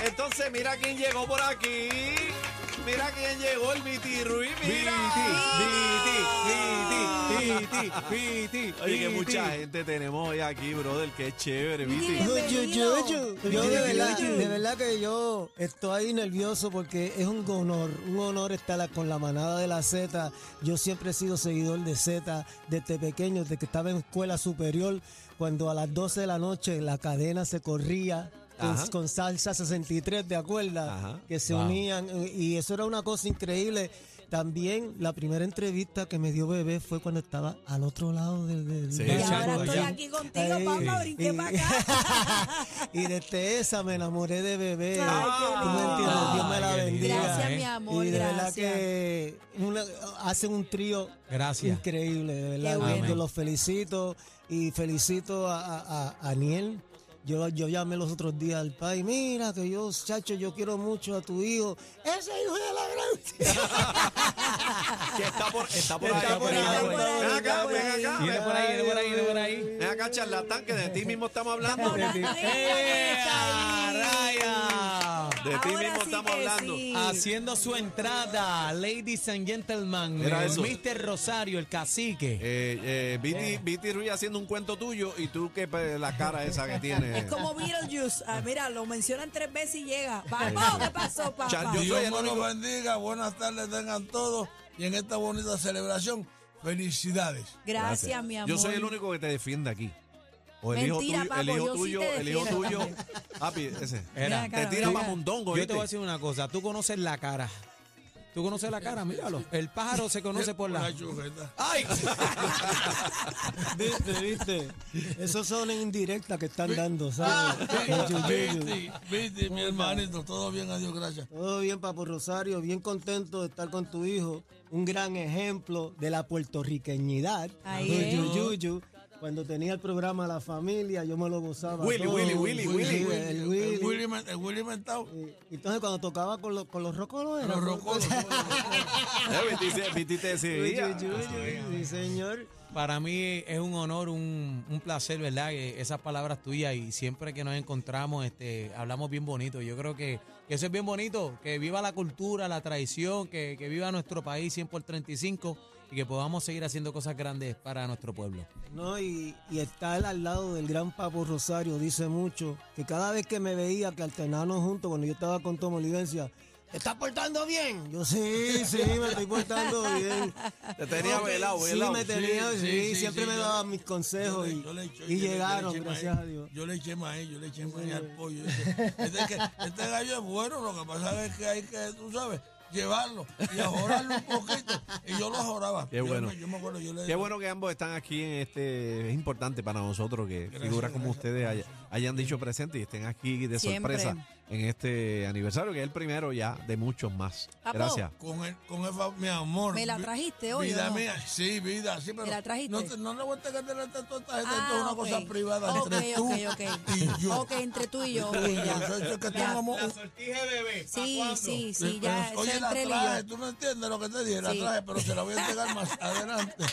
Entonces, mira quién llegó por aquí. Mira quién llegó, el Viti Ruiz. Mira. Viti, Viti, Viti, Viti, Viti. Oye, que mucha gente tenemos hoy aquí, brother. Qué chévere, Viti. Yo, yo, yo, yo, yo de verdad, Yuyu. de verdad que yo estoy nervioso porque es un honor, un honor estar con la manada de la Z. Yo siempre he sido seguidor de Z desde pequeño, desde que estaba en escuela superior, cuando a las 12 de la noche la cadena se corría. Con, Ajá. con salsa 63, ¿te acuerdas? Ajá. Que se unían eh, y eso era una cosa increíble. También la primera entrevista que me dio Bebé fue cuando estaba al otro lado del... del- Sí, Y del- ahora chacho, estoy ya. aquí contigo, Ey. papá, brinqué Y- para acá. y desde esa me enamoré de bebé. Ay, qué Tú me lindo. entiendes, Dios me la Ay, qué lindo. bendiga. ¿eh? Gracias, mi amor, Y de verdad gracias. que una- hacen un trío Gracias. increíble, de verdad. Qué bueno. Yo los felicito y felicito a, a, a- a Aniel. Yo, yo llamé los otros días al país, mira que yo, chacho, yo quiero mucho a tu hijo. Ese hijo de la gran... Que está por, está por Está ahí. por ven ahí, acá, está por ahí, ven acá, está por ven ahí. acá. Viene por ahí, viene por ahí, viene por ahí. Ven acá, charlatán, que de ti mismo estamos hablando. Ahora sí, De ahora sí. ¡Raya! ti Ahora mismo sí estamos que hablando. sí. Ah. Haciendo su entrada, ladies and gentlemen, Mira eso. Mr. Rosario, el cacique. Eh, eh, Viti, Viti Ruiz haciendo un cuento tuyo y tú que pues, la cara esa que tienes. Es como Beetlejuice. Ah, mira, lo mencionan tres veces y llega. Vamos, ¿qué pasó, Chal, papá? yo soy Dios el me los único- bendiga, buenas tardes tengan todos y en esta bonita celebración, felicidades. Gracias, mi amor. Yo soy el único que te defiende aquí. O el Mentira, hijo tuyo, papo, el hijo yo sí tuyo, te el hijo defiendo. tuyo. Papi, ese. Era. Te Cara, tira mira. mamundongo, Yo te voy a ¿viste? decir una cosa, tú conoces la cara. Tú conoces la cara, míralo. El pájaro se conoce por la... chujeta. ¡Ay! Viste, viste. Esos son indirectas que están dando, ¿sabes? Ah, Yuyu, yuyu. Viti, Viti, mi hermanito, todo bien, adiós, gracias. Todo bien, Papo Rosario, bien contento de estar con tu hijo. Un gran ejemplo de la puertorriqueñidad. Ahí Yuyu, es. yuyu. Cuando tenía el programa La Familia, yo me lo gozaba. Willy, todo. Willy, Willy, Willy, Sí, Willy. el Willy. El Willy, Men- el Willy Mentao, Eh, Entonces, cuando tocaba con, los con los rocolos, era. los rocolos. Eh, Viti se- Viti te Yuyu, decía. yuyu, sí, señor. Para mí es un honor, un, un placer, ¿verdad? Que esas palabras tuyas y siempre que nos encontramos, este, hablamos bien bonito. Yo creo que, que eso es bien bonito, que viva la cultura, la tradición, que, que viva nuestro país 100 por 35 y que podamos seguir haciendo cosas grandes para nuestro pueblo. No, y, y estar al lado del gran Papo Rosario dice mucho que cada vez que me veía que alternábamos juntos cuando yo estaba con Tomo Olivencia, ¿te estás portando bien? Yo sí, sí, me estoy portando bien. Te tenía Ok, velado, sí, velado. me tenía, sí, Sí, sí, sí, siempre sí, me yo- daban mis consejos y, Yo le- yo le eché- y yo le- yo le llegaron, eché gracias a maíz, Dios. Yo le eché maíz, yo le eché maíz al pollo. yo dije, Este, que- este gallo es bueno, lo que pasa es que hay que, tú sabes, llevarlo y ajorarlo un poquito. Y yo lo ajoraba. Qué Yo bueno. me- Yo me acuerdo, yo le Qué bueno que ambos están aquí en este. Es importante para nosotros que figuras como ustedes haya- hayan dicho presente y estén aquí de Siempre. sorpresa en este aniversario, que es el primero ya de muchos más. Papo. Gracias. Con el, con el fa- mi amor. ¿Me la vi- trajiste hoy o Vida no? mía, sí, vida, sí, pero. ¿Me la trajiste? No, te- no le voy a tener que tener toda esta gente, Ah, esto es una ok. cosa privada Ok, entre tú ok, ok. y yo. Ok, entre tú y yo. Tú y yo, ya. eso es que Ya. tengamos un- Sí, sí, sí, pero, ya. Eso es Oye, la entre él y yo. traje, tú no entiendes lo que te dije, la Sí. traje, pero se la voy a entregar más adelante.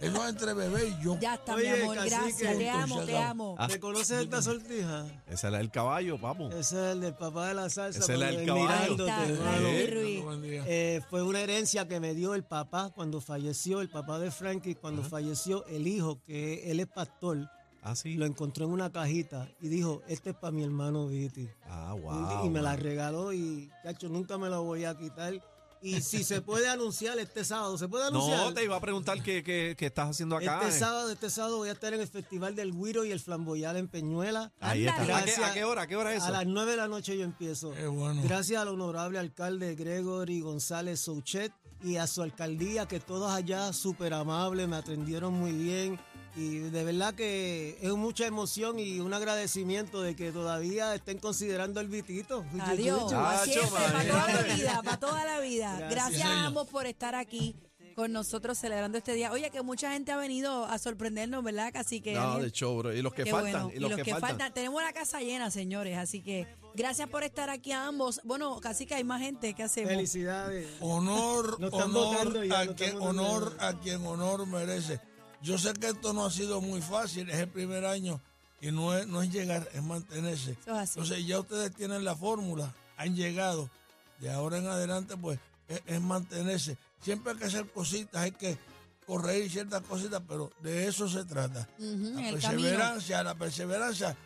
Eso es entre bebé y yo. Ya está, Oye, mi amor, cacique, gracias. Te amo, entonces, te ya. amo. Ah. ¿Te conoces esta sortija? Ese era el caballo, vamos. Ese es el del papá de la salsa. Ese era cuando el ven caballo. mirándote, Ahí está, hermano. Luis Eh, Ruiz. Buen día. Eh, fue una herencia que me dio el papá cuando falleció, el papá de Frankie, cuando falleció el hijo, que él es pastor, Así. lo encontró en una cajita y dijo, este es para mi hermano Viti. ah, y wow. me la regaló y, chacho, nunca me la voy a quitar. Y si se puede anunciar este sábado, ¿se puede anunciar? No, te iba a preguntar qué, qué- qué estás haciendo acá. Este eh. sábado, este sábado voy a estar en el Festival del Guiro y el Flamboyal en Peñuela. Ahí está. ¿A qué, Gracias. a qué hora? ¿A qué hora es A Ah, eso? las 9 de la noche yo empiezo. Qué bueno. Gracias al honorable alcalde Gregory González Souchet y a su alcaldía, que todos allá súper amables, me atendieron muy bien. Y de verdad que es mucha emoción y un agradecimiento de que todavía estén considerando el vitito. Adiós. Ah, para siempre, chuma, para bien. toda la vida, para toda la vida. Gracias. Gracias, Señor. a ambos por estar aquí con nosotros celebrando este día. Oye, que mucha gente ha venido a sorprendernos, ¿verdad? Así que No, de show, bro. Y los que faltan. bueno. Y los, que, faltan. Tenemos la casa llena, señores. Así que gracias por estar aquí a ambos. Bueno, casi que hay más gente que hacemos. Felicidades. Honor, Nos están votando honor, ya, a nos quien, están votando honor ya. a quien honor merece. Yo sé que esto no ha sido muy fácil, es el primer año y no es, no es llegar, es mantenerse. Eso es así. Entonces ya ustedes tienen la fórmula, han llegado. De ahora en adelante, pues, es, es mantenerse. Siempre hay que hacer cositas, hay que correr ciertas cositas, pero de eso se trata. Ujú, La en el camino. perseverancia, la perseverancia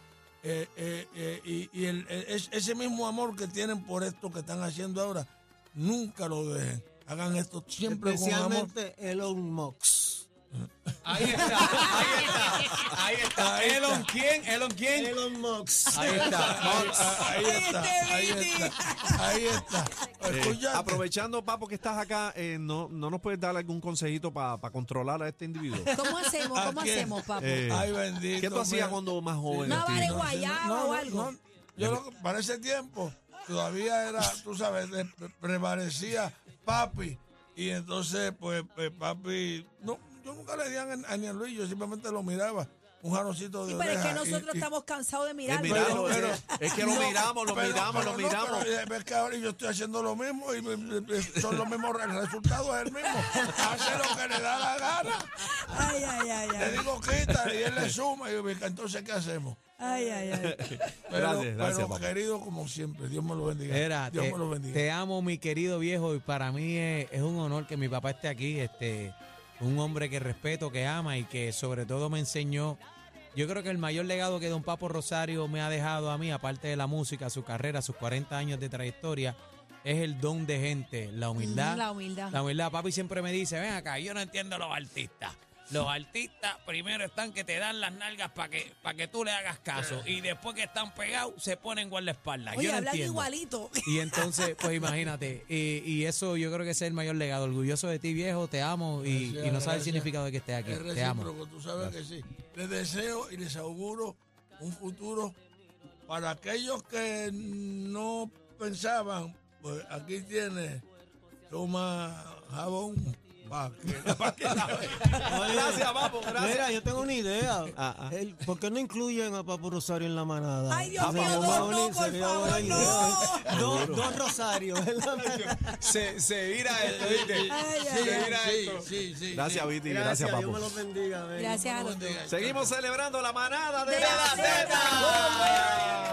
eh, eh, eh, y, y el- el- es- ese mismo amor que tienen por esto que están haciendo ahora, nunca lo dejen. Hagan esto siempre con amor. Especialmente Elon Musk. Ahí está, ahí está, ahí está. Ahí está. Elon, ¿quién? Elon, ¿quién? Elon Musk. Ahí Ahí, está. ahí está, ahí está, ahí está. Eh, Escuchaste. aprovechando, papo, que estás acá, eh, no, ¿no nos puedes dar algún consejito para controlar a este individuo? ¿Cómo hacemos? ¿A ¿Cómo quién? hacemos, papá? Eh, Ay, bendito. ¿Qué tú hacías mira. cuando más joven? No, Steve? vale, No, guayaba no, o no, algo. no. Yo lo que- para ese tiempo todavía era, tú sabes, de- pre- prevalecía papi. Y entonces, pues, pues, papi, no, yo nunca le di a, a ni a Luis, yo simplemente lo miraba, un jarocito de Sí, pero es que oreja, y- nosotros y- estamos cansados de Eh, mirarlo. miramos, Pero- eh, es que lo miramos, lo pero- miramos, lo pero no, miramos. pero, eh, ves que ahora yo estoy haciendo lo mismo y me- me- me- son los mismos, el resultado es el mismo. Hace lo que le da la gana. Ay, ay, ay, Le ay. digo quita y él le suma. Y yo, entonces, ¿qué hacemos? Ay, ay, ay. Pero, Gracias, gracias, pero, papá. querido, como siempre, Dios me lo bendiga. Era, Dios te, me lo bendiga. te amo, mi querido viejo, y para mí es, es un honor que mi papá esté aquí. Este, un hombre que respeto, que ama y que sobre todo me enseñó. Yo creo que el mayor legado que Don Papo Rosario me ha dejado a mí, aparte de la música, su carrera, sus 40 años de trayectoria, es el don de gente, la humildad. La humildad. La humildad, papi siempre me dice, ven acá, yo no entiendo a los artistas. Los artistas primero están que te dan las nalgas para que, pa' que tú le hagas caso. Y después que están pegados, se ponen guardaespaldas. Oye, yo no hablan entiendo. igualito. Y entonces, pues imagínate, y, y eso yo creo que ese es el mayor legado. Orgulloso de ti, viejo, te amo y, Gracias, y no sabes el gracias. significado de que estés aquí. Es Te amo. recíproco, tú sabes que sí. Les deseo y les auguro un futuro para aquellos que no pensaban, pues aquí tienes, toma jabón para que, pa' que la Gracias, papo, gracias. Mira, yo tengo una idea. Ah, ah. El- ¿Por qué no incluyen a Papo Rosario en la manada? Ay, Dios Ah, mío, Papo no, Paoli no, por sería favor, buena idea. no. Dos, dos Rosarios, ¿verdad? Se, se vira el... Ay, ay, Sí, ay. sí, sí, sí. Gracias, Viti, gracias, Dios papo. me los bendiga. amén. Gracias a los dos. Bendiga. Seguimos celebrando la ¡Oh, manada de, De la la Zeta. Zeta.